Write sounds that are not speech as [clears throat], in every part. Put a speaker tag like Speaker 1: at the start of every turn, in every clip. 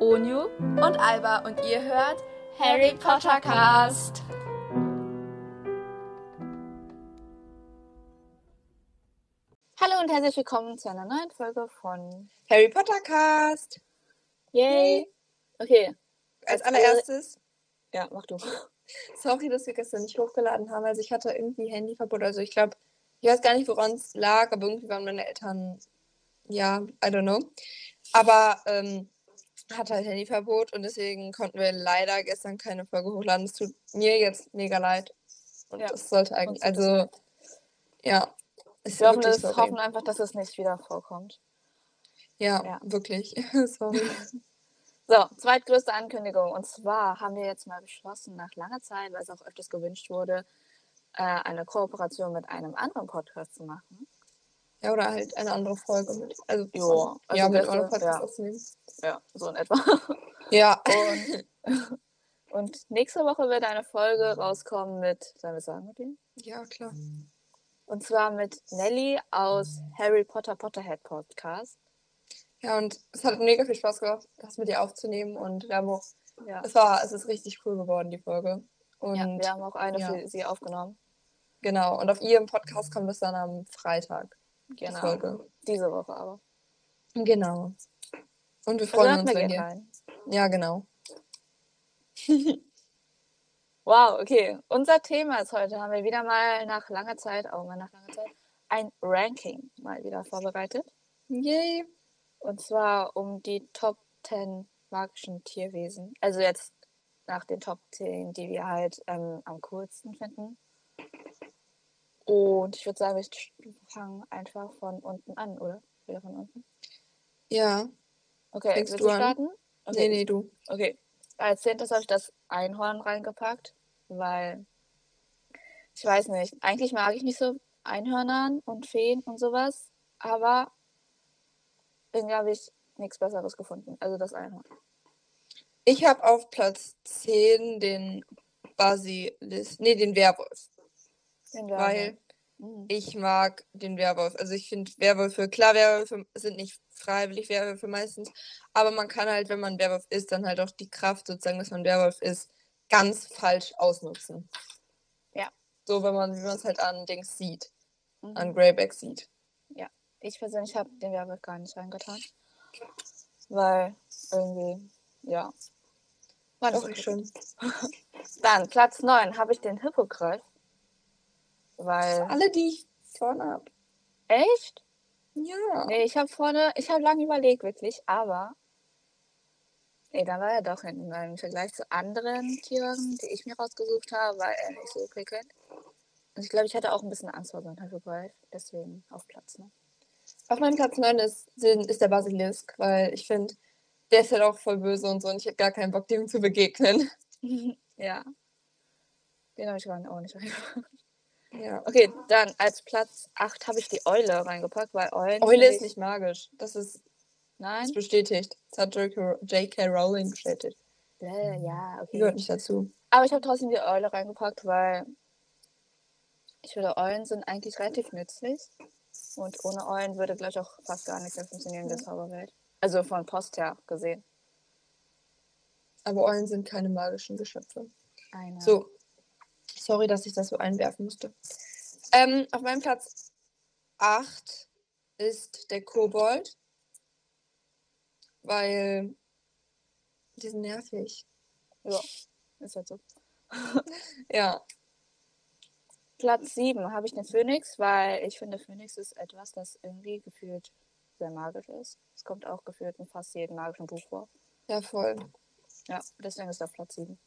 Speaker 1: Onyu und Alba und ihr hört Harry Potter Cast.
Speaker 2: Hallo und herzlich willkommen zu einer neuen Folge von
Speaker 3: Harry Potter Cast.
Speaker 2: Yay! Okay, Als
Speaker 3: Als allererstes,
Speaker 2: ja, mach du.
Speaker 3: Äh, sorry, dass wir gestern nicht hochgeladen haben. Also ich hatte irgendwie Handyverbot. Also ich glaube, ich weiß gar nicht, woran es lag, aber irgendwie waren meine Eltern, ja, I don't know. Aber ähm, hat halt Handyverbot und deswegen konnten wir leider gestern keine Folge hochladen. Es tut mir jetzt mega leid. Und
Speaker 2: Ja,
Speaker 3: das sollte
Speaker 2: uns
Speaker 3: eigentlich,
Speaker 2: tut das
Speaker 3: also ja, ist
Speaker 2: Wir hoffen,
Speaker 3: wirklich
Speaker 2: dass,
Speaker 3: sorry.
Speaker 2: hoffen einfach, dass es nicht wieder vorkommt.
Speaker 3: Ja,
Speaker 2: ja.
Speaker 3: wirklich. [laughs] sorry.
Speaker 2: So, zweitgrößte Ankündigung. Und zwar haben wir jetzt mal beschlossen, nach langer Zeit, weil es auch öfters gewünscht wurde, äh, eine Kooperation mit einem anderen Podcast zu machen.
Speaker 3: Ja, oder halt eine andere Folge mit. Also,
Speaker 2: Jo, also
Speaker 3: ja, mit
Speaker 2: das-
Speaker 3: eurem Podcast
Speaker 2: ja. Oh.
Speaker 3: aufnehmen.
Speaker 2: Ja, so in etwa. [laughs]
Speaker 3: Ja,
Speaker 2: Und, und nächste Woche wird eine Folge rauskommen mit, sollen wir sagen mit dem?
Speaker 3: ja, klar.
Speaker 2: Und zwar mit Nelly aus Harry Potter Potterhead Podcast.
Speaker 3: Ja, und es hat mega viel Spaß gemacht, das mit dir aufzunehmen. Und wir haben auch,
Speaker 2: Ja.
Speaker 3: es war, es ist richtig cool geworden, die Folge. Und
Speaker 2: ja, wir haben auch eine
Speaker 3: ja.
Speaker 2: für sie aufgenommen.
Speaker 3: genau, und auf ihrem Podcast kommt es dann am Freitag, die
Speaker 2: Genau.
Speaker 3: Folge.
Speaker 2: Diese Woche aber.
Speaker 3: Genau. Und wir
Speaker 2: Also
Speaker 3: freuen
Speaker 2: hört
Speaker 3: uns,
Speaker 2: mir
Speaker 3: wenn
Speaker 2: gerne
Speaker 3: ihr.
Speaker 2: rein.
Speaker 3: Ja, genau.
Speaker 2: Wow, okay. Unser Thema ist heute, haben wir wieder mal nach langer Zeit, auch mal nach langer Zeit, ein Ranking mal wieder vorbereitet.
Speaker 3: Yay!
Speaker 2: Und zwar um die Top 10 magischen Tierwesen. Also jetzt nach den Top 10, die wir halt ähm, am coolsten finden. Und ich würde sagen, wir fangen einfach von unten an, oder? Wieder von unten.
Speaker 3: Ja.
Speaker 2: Okay,
Speaker 3: Fängst
Speaker 2: willst
Speaker 3: du
Speaker 2: du
Speaker 3: an?
Speaker 2: starten? Okay,
Speaker 3: Nee, nee, du.
Speaker 2: Okay. Als zehntes habe ich das Einhorn reingepackt, weil ich weiß nicht. Eigentlich mag ich nicht so Einhörnern und Feen und sowas, aber irgendwie habe ich nichts Besseres gefunden. Also das Einhorn.
Speaker 3: Ich habe auf Platz 10 den Basilisk, nee, den Werwolf,
Speaker 2: Den
Speaker 3: weil
Speaker 2: Werwolf. Mhm.
Speaker 3: Ich mag den Werwolf. Also ich finde Werwölfe, klar, Werwölfe sind nicht freiwillig Werwölfe meistens, aber man kann halt, wenn man Werwolf ist, dann halt auch die Kraft sozusagen, dass man Werwolf ist, ganz falsch ausnutzen.
Speaker 2: Ja.
Speaker 3: So, wenn man, wie man es halt an Dings sieht,
Speaker 2: Mhm.
Speaker 3: an Greyback sieht.
Speaker 2: Ich persönlich habe den Werwolf gar nicht reingetan, weil irgendwie, ja. War nicht
Speaker 3: Doch,
Speaker 2: so
Speaker 3: ich
Speaker 2: cool.
Speaker 3: schon.
Speaker 2: Dann Platz 9 habe ich den Hippogreif, weil...
Speaker 3: Alle, die ich vorne habe.
Speaker 2: Echt?
Speaker 3: Ja.
Speaker 2: Nee, ich habe vorne, ich habe lange überlegt, wirklich, aber. Nee, da war er doch in meinem Vergleich zu anderen Tieren, die ich mir rausgesucht habe, war er nicht so prickelnd. Und ich glaube, ich hatte auch ein bisschen Angst vor so einem Hypogreif, deswegen auf Platz. Ne?
Speaker 3: Auf meinem Platz 9 ist, sind- ist der Basilisk, weil ich finde, der ist halt auch voll böse und so und ich habe gar keinen Bock, dem zu begegnen.
Speaker 2: Ja. Den habe ich gar nicht- auch nicht reingepackt.
Speaker 3: Ja.
Speaker 2: Okay, dann als Platz 8 habe ich die Eule reingepackt, weil Eulen.
Speaker 3: Eule
Speaker 2: find
Speaker 3: ist
Speaker 2: ich-
Speaker 3: nicht magisch. Das ist
Speaker 2: Nein?
Speaker 3: ist bestätigt. Das hat J.K. J.K. Rowling bestätigt.
Speaker 2: Bläh, Ja,
Speaker 3: Die
Speaker 2: okay.
Speaker 3: gehört nicht dazu.
Speaker 2: Aber ich habe trotzdem die Eule reingepackt, weil ich finde, Eulen sind eigentlich relativ nützlich. Und ohne Eulen würde, glaube ich, auch fast gar nichts mehr funktionieren in der Zauberwelt. Also von Post her gesehen.
Speaker 3: Aber Eulen sind keine magischen Geschöpfe.
Speaker 2: Eine.
Speaker 3: So. Sorry, dass ich das so einwerfen musste. Ähm, auf meinem Platz 8 ist der Kobold. Weil die sind nervig.
Speaker 2: Ist halt so.
Speaker 3: Ja.
Speaker 2: Platz 7 habe ich den Phönix, weil ich finde, Phönix ist etwas, das irgendwie gefühlt sehr magisch ist. Es kommt auch gefühlt in fast jedem magischen Buch vor.
Speaker 3: Ja, voll.
Speaker 2: Ja, deswegen ist da Platz 7.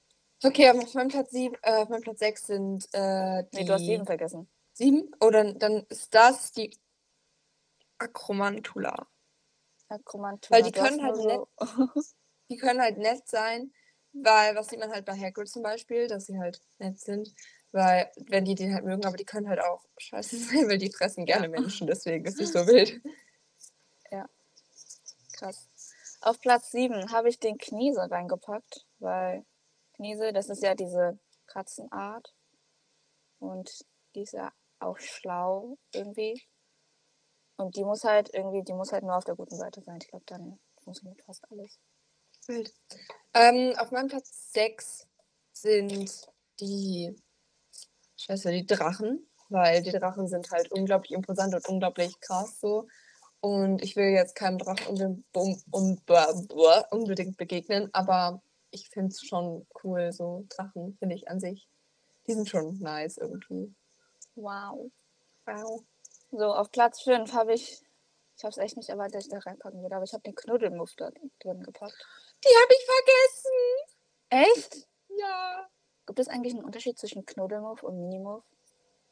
Speaker 3: Okay, auf meinem Platz, sieb, äh, auf meinem Platz 6 sind äh, die
Speaker 2: Nee, du hast 7 vergessen.
Speaker 3: sieben. Oder dann ist das die Akromantula.
Speaker 2: Akromantur.
Speaker 3: Weil die können halt nett- die können halt nett sein, weil was sieht man halt bei Hagrid zum Beispiel, dass sie halt nett sind, weil wenn die den halt mögen, aber die können halt auch scheiße [laughs] sein, weil die fressen gerne Menschen, deswegen ist nicht so wild.
Speaker 2: Krass. Auf Platz 7 habe ich den Kniese reingepackt, weil Kniese, das ist ja diese Katzenart. Und die ist ja auch schlau irgendwie. Und die muss halt irgendwie, die muss halt nur auf der guten Seite sein. Ich glaube, dann funktioniert fast alles.
Speaker 3: Wild. Ähm, auf meinem Platz 6 sind die, ich weiß ja, die Drachen, weil die Drachen sind halt unglaublich imposant und unglaublich krass so. Und ich will jetzt keinem Drachen unbe- bum- um- bla- bla- unbedingt begegnen, aber ich finde es schon cool, so Drachen, finde ich an sich. Die sind schon nice irgendwie.
Speaker 2: Wow.
Speaker 3: Wow.
Speaker 2: So, auf Platz 5 habe ich, ich habe es echt nicht erwartet, dass ich da reinpacken würde, aber ich habe den Knuddelmuff da drin gepackt.
Speaker 3: Die habe ich vergessen!
Speaker 2: Echt?
Speaker 3: Ja.
Speaker 2: Gibt es eigentlich einen Unterschied zwischen Knuddelmuff und Minimuff?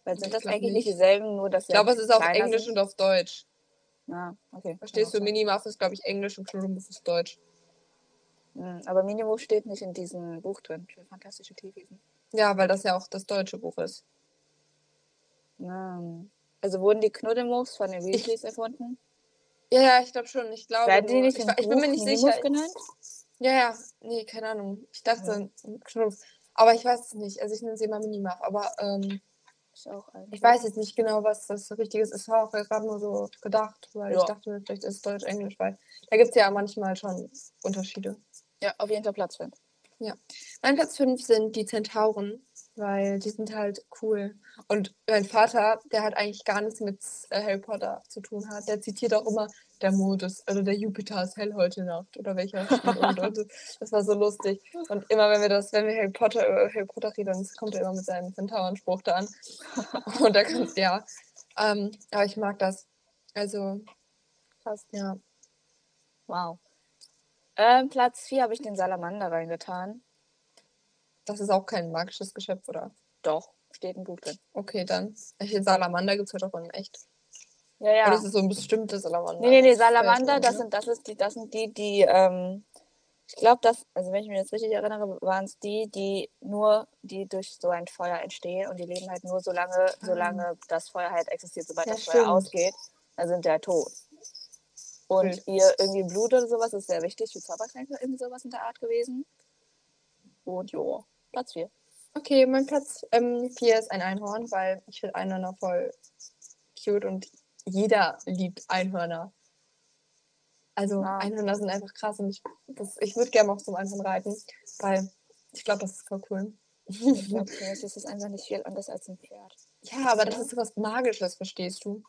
Speaker 2: Weil
Speaker 3: Ich
Speaker 2: sind das
Speaker 3: glaub
Speaker 2: eigentlich
Speaker 3: nicht.
Speaker 2: dieselben, nur dass
Speaker 3: Ich glaube, es ist auf
Speaker 2: kleiner
Speaker 3: Englisch
Speaker 2: sind?
Speaker 3: und auf Deutsch.
Speaker 2: Ah, okay. kann auch
Speaker 3: Verstehst du,
Speaker 2: sein.
Speaker 3: Minimuff ist, glaube ich, Englisch und Knuddelmuff ist Deutsch.
Speaker 2: Mhm, Aber Minimuff steht nicht in diesem Buch drin. Für fantastische Tierwesen.
Speaker 3: Ja, weil das ja auch das deutsche Buch ist.
Speaker 2: Mhm. Also wurden die Knuddelmuffs von den Weasleys erfunden?
Speaker 3: Ja, ja, ich glaube schon. Ich glaube.
Speaker 2: Werden die
Speaker 3: nur-
Speaker 2: nicht
Speaker 3: ich,
Speaker 2: im
Speaker 3: wa- ich bin
Speaker 2: Buch
Speaker 3: mir nicht
Speaker 2: Minimuff
Speaker 3: sicher.
Speaker 2: genannt?
Speaker 3: Ja, ja. Nee, keine Ahnung. Ich dachte, Knuddelmuff. Aber ich weiß es nicht. Also, ich nenne sie immer Minimuff. Aber ähm,
Speaker 2: Ist auch ein-
Speaker 3: ich weiß jetzt nicht genau, was das Richtige ist. Es war auch gerade nur so gedacht, weil
Speaker 2: Ja.
Speaker 3: ich dachte, mir, vielleicht ist es Deutsch-Englisch, weil da gibt es ja manchmal schon Unterschiede.
Speaker 2: Ja, auf jeden Fall Platz 5.
Speaker 3: Mein Platz 5 sind die Zentauren, weil die sind halt cool. Und mein Vater, der halt eigentlich gar nichts mit äh, Harry Potter zu tun hat, der zitiert auch immer, der Mond ist, also der Jupiter ist hell heute Nacht oder welcher ist der Mond. Und das- Das war so lustig. Und immer wenn wir das, wenn wir Harry Potter über Harry Potter reden, dann kommt er immer mit seinem Zentaurenspruch da an. Und da kommt, ja. Ähm, aber ich mag das. Also,
Speaker 2: Passt.
Speaker 3: ja.
Speaker 2: Wow. Ähm, Platz 4 habe ich den Salamander reingetan.
Speaker 3: Das ist auch kein magisches Geschöpf, oder?
Speaker 2: Doch, steht ein Buch drin.
Speaker 3: Okay, dann. Welche Salamander gibt es halt auch in echt.
Speaker 2: Ja,
Speaker 3: Oder
Speaker 2: ja.
Speaker 3: ist es so ein bestimmtes Salamander?
Speaker 2: Nee, nee, nee,
Speaker 3: Ja,
Speaker 2: Salamander, das
Speaker 3: ne?
Speaker 2: sind, das ist die, das sind die, die, ähm, ich glaube, das, also wenn ich mich jetzt richtig erinnere, waren es die, die nur, die durch so ein Feuer entstehen und die leben halt nur so lange, solange das Feuer halt existiert, sobald
Speaker 3: Ah. Ja,
Speaker 2: das Feuer
Speaker 3: stimmt.
Speaker 2: ausgeht, dann sind die halt tot. Und
Speaker 3: Wild.
Speaker 2: ihr irgendwie Blut oder sowas ist sehr wichtig für Zaubertränke, irgendwie sowas in der Art gewesen. Und jo, Platz 4.
Speaker 3: Okay, mein Platz 4 ist ein Einhorn, weil ich finde Einhörner voll cute und jeder liebt Einhörner. Also
Speaker 2: Ja.
Speaker 3: Einhörner sind einfach krass und ich, das- ich würde gerne mal auf so einem Einhorn reiten, weil ich glaube, das ist voll cool.
Speaker 2: Ich
Speaker 3: Mhm.
Speaker 2: glaube, es ist einfach nicht viel anders als ein Pferd.
Speaker 3: Ja, aber das ist so was Magisches, verstehst du?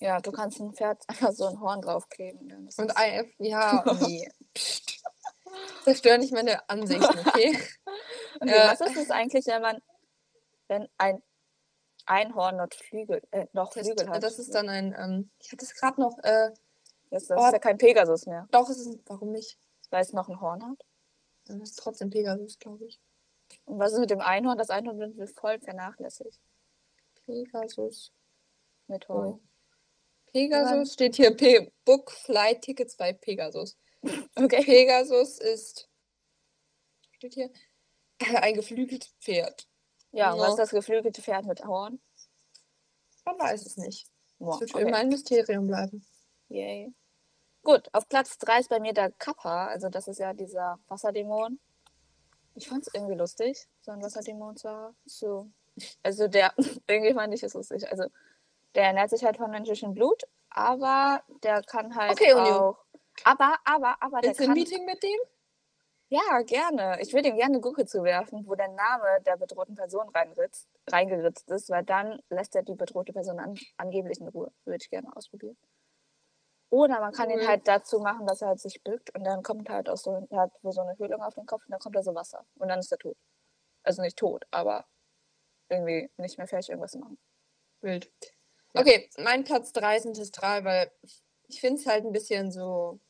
Speaker 2: Ja, du kannst ein Pferd [laughs] einfach so ein Horn draufkleben. dann ist
Speaker 3: Und
Speaker 2: es-
Speaker 3: ein,
Speaker 2: [laughs]
Speaker 3: ja, nee. Psst. Zerstör nicht meine Ansichten,
Speaker 2: [laughs]
Speaker 3: okay?
Speaker 2: Okay,
Speaker 3: Äh,
Speaker 2: was ist es eigentlich, wenn man, wenn ein Einhorn noch Flügel, äh, noch Flügel hat?
Speaker 3: Das ist dann ein, ähm, ich hatte es gerade noch, äh,
Speaker 2: das, das
Speaker 3: Oh.
Speaker 2: ist ja kein Pegasus mehr,
Speaker 3: doch, es ist, ein- warum nicht?
Speaker 2: weil es noch ein Horn hat.
Speaker 3: Dann ist trotzdem Pegasus, glaube ich.
Speaker 2: Und was ist mit dem Einhorn? Das Einhorn wird voll vernachlässigt
Speaker 3: Pegasus.
Speaker 2: mit Horn.
Speaker 3: Oh. Pegasus Ähm, steht hier P Book Flight Tickets bei Pegasus.
Speaker 2: [laughs] Okay.
Speaker 3: Pegasus ist steht hier äh, ein geflügeltes Pferd.
Speaker 2: Ja, und was
Speaker 3: Ja.
Speaker 2: ist das geflügelte Pferd mit Horn?
Speaker 3: Man weiß es nicht.
Speaker 2: Boah,
Speaker 3: Es wird für
Speaker 2: okay.
Speaker 3: immer ein Mysterium bleiben.
Speaker 2: Yay. Gut, auf Platz 3 ist bei mir der Kappa, also das ist ja dieser Wasserdämon. Ich fand es irgendwie lustig, so ein Wasserdämon zu haben. So. Also der, [laughs] irgendwie fand ich es lustig. Also der ernährt sich halt von menschlichem Blut, aber der kann halt
Speaker 3: Okay, Union.
Speaker 2: auch... Aber, aber, aber Ah, der
Speaker 3: Willst du ein
Speaker 2: kann...
Speaker 3: Meeting mit dem?
Speaker 2: Ja, gerne. Ich würde ihm gerne eine Gurke zuwerfen, wo der Name der bedrohten Person reinritzt, reingeritzt ist, weil dann lässt er die bedrohte Person an, angeblich in Ruhe. Würde ich gerne ausprobieren. Oder man kann ihn
Speaker 3: Cool.
Speaker 2: halt dazu machen, dass er halt sich bückt und dann kommt halt aus so, er hat wo so eine Höhlung auf den Kopf und dann kommt da so Wasser und dann ist er tot. Also nicht tot, aber irgendwie nicht mehr fähig, irgendwas zu machen.
Speaker 3: Wild.
Speaker 2: Ja.
Speaker 3: Okay, mein Platz 3 sind Testral, weil ich finde es halt ein bisschen so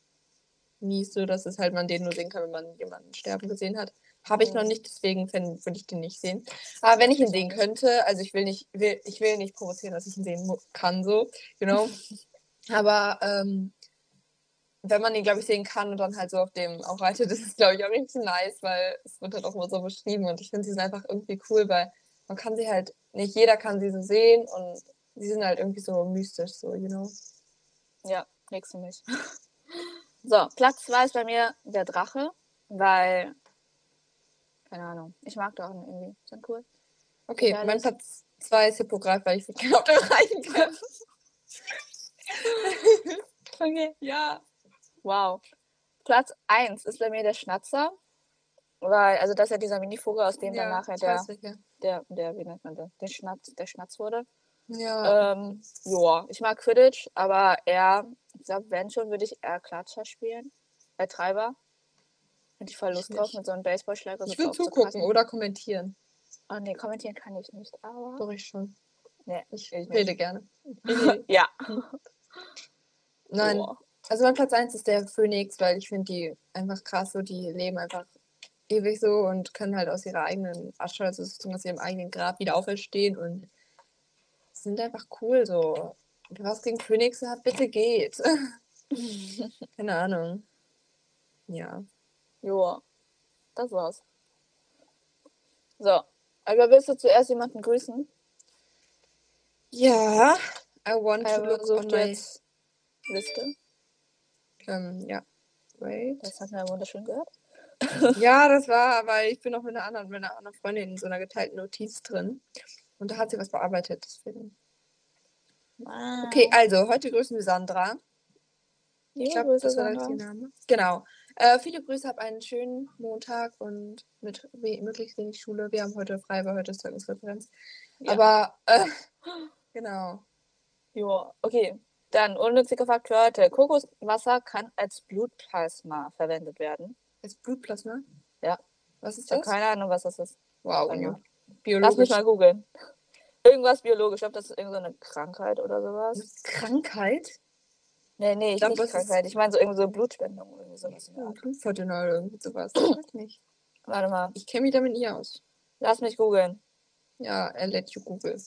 Speaker 3: mies, so dass es halt man den nur sehen kann, wenn man jemanden sterben gesehen hat. Habe ich
Speaker 2: Mhm.
Speaker 3: noch nicht, deswegen würde ich den nicht sehen. Aber wenn ich ihn sehen könnte, also ich will nicht, will, ich will nicht provozieren, dass ich ihn sehen mu- kann, so, you know.
Speaker 2: [laughs]
Speaker 3: Aber ähm, wenn man ihn, glaube ich, sehen kann und dann halt so auf dem auch reitet, [laughs] das ist, glaube ich, auch richtig nice, weil es wird halt auch immer so beschrieben und ich finde sie sind einfach irgendwie cool, weil man kann sie halt, nicht jeder kann sie so sehen und sie sind halt irgendwie so mystisch, so, you know.
Speaker 2: Ja, nix für mich. [laughs] So, Platz 2 ist bei mir der Drache, weil, keine Ahnung, ich mag Drachen irgendwie, sind cool.
Speaker 3: Okay,
Speaker 2: Ja,
Speaker 3: mein
Speaker 2: das-
Speaker 3: Platz 2 ist Hippogreif, weil ich [laughs] genau würde gerne auf den Reichen können.
Speaker 2: Okay.
Speaker 3: Ja.
Speaker 2: Wow. Platz 1 ist bei mir der Schnatzer. Weil, also das ist ja dieser Minivogel, aus dem dann nachher
Speaker 3: ich
Speaker 2: der,
Speaker 3: weiß nicht, ja.
Speaker 2: der, der, wie nennt man das, der Schnatz, der Schnatz wurde.
Speaker 3: Ja,
Speaker 2: Ähm, ja, ich mag Quidditch, aber eher, ich glaube, wenn schon, würde ich eher Klatscher spielen. Bei Treiber. Hätte ich voll Lust
Speaker 3: Ich
Speaker 2: drauf,
Speaker 3: nicht.
Speaker 2: mit so einem Baseballschläger so
Speaker 3: ich würde
Speaker 2: draufzukratzen.
Speaker 3: zugucken oder kommentieren.
Speaker 2: Oh nee, kommentieren kann ich nicht, aber.
Speaker 3: Doch ich schon.
Speaker 2: Nee,
Speaker 3: Ich
Speaker 2: ich
Speaker 3: rede gerne.
Speaker 2: Ja.
Speaker 3: Nein,
Speaker 2: Boah.
Speaker 3: also mein Platz 1 ist der Phönix, weil ich finde die einfach krass, so die leben einfach ewig so und können halt aus ihrer eigenen Asche, also sozusagen aus ihrem eigenen Grab wieder auferstehen und sind einfach cool so. Wer Was gegen Phönixe hat, bitte geht. [laughs] Keine Ahnung. Ja.
Speaker 2: Joa. Das war's. So. Aber willst du zuerst jemanden grüßen?
Speaker 3: Ja. I also want to
Speaker 2: Treiber
Speaker 3: look on
Speaker 2: sucht
Speaker 3: my...
Speaker 2: jetzt Liste.
Speaker 3: Ähm, ja. [laughs] Wait.
Speaker 2: Das hat mir wunderschön gehört.
Speaker 3: Ja, das war, weil ich bin noch mit einer anderen, mit einer anderen Freundin in so einer geteilten Notiz drin. Und da hat sie was bearbeitet, deswegen.
Speaker 2: Wow.
Speaker 3: Okay, also, heute grüßen wir Sandra. Ich
Speaker 2: ich
Speaker 3: glaube, das war der richtige Name. Genau. Äh, viele Grüße, hab einen schönen Montag und mit we möglichst wenig Schule. Wir haben heute frei, weil heute ist Zeugnisreferenz.
Speaker 2: Ja.
Speaker 3: Aber, äh, [laughs] genau.
Speaker 2: Joa. Okay. Dann unnütziger Fakt für heute. Kokoswasser kann als Blutplasma verwendet werden.
Speaker 3: Das Blutplasma?
Speaker 2: Ja.
Speaker 3: ne? Was ist
Speaker 2: Ich habe
Speaker 3: das?
Speaker 2: keine Ahnung, was das ist.
Speaker 3: Wow,
Speaker 2: keine Ahnung. Lass mich
Speaker 3: biologisch.
Speaker 2: mal googeln. Irgendwas biologisch. Ich glaube, das ist irgendeine Krankheit oder sowas.
Speaker 3: Krankheit?
Speaker 2: Nee, nee, ich
Speaker 3: glaub,
Speaker 2: nicht
Speaker 3: das ist-
Speaker 2: Krankheit. Ich meine so irgend so Blutspendung oder irgendwie sowas. in der Art.
Speaker 3: Blutverdünner oder irgendwie
Speaker 2: [clears throat]
Speaker 3: sowas. Ich weiß nicht.
Speaker 2: Warte mal.
Speaker 3: Ich kenne mich damit nie aus.
Speaker 2: Lass mich googeln.
Speaker 3: Ja, I let you Google.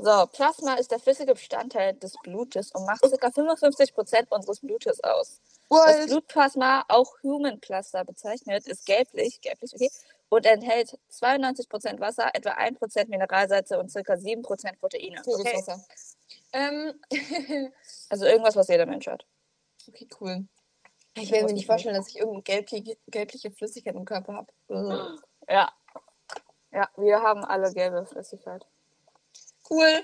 Speaker 2: So, Plasma ist der flüssige Bestandteil des Blutes und macht ca. 55% unseres Blutes aus. Das Blutplasma, auch Human Plasma bezeichnet, ist gelblich, gelblich, okay, und enthält 92% Wasser, etwa 1% Mineralsalze und ca. 7% Proteine. Okay.
Speaker 3: Kokoswasser. Ähm, [laughs]
Speaker 2: Also irgendwas, was jeder Mensch hat.
Speaker 3: okay, cool. Ich
Speaker 2: Ich
Speaker 3: will
Speaker 2: muss
Speaker 3: mir nicht
Speaker 2: mich
Speaker 3: vorstellen, dass ich irgendeine gelbliche, gelbliche Flüssigkeit im Körper habe.
Speaker 2: [gasps]
Speaker 3: Ugh.
Speaker 2: Ja. Ja, wir haben alle gelbe Flüssigkeit.
Speaker 3: Cool.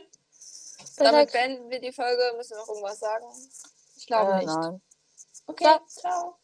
Speaker 3: Damit
Speaker 2: Perfekt.
Speaker 3: beenden wir die Folge. Müssen wir noch irgendwas sagen? Ich glaube
Speaker 2: äh,
Speaker 3: nicht.
Speaker 2: Nein.
Speaker 3: Okay,
Speaker 2: Ciao.
Speaker 3: ciao.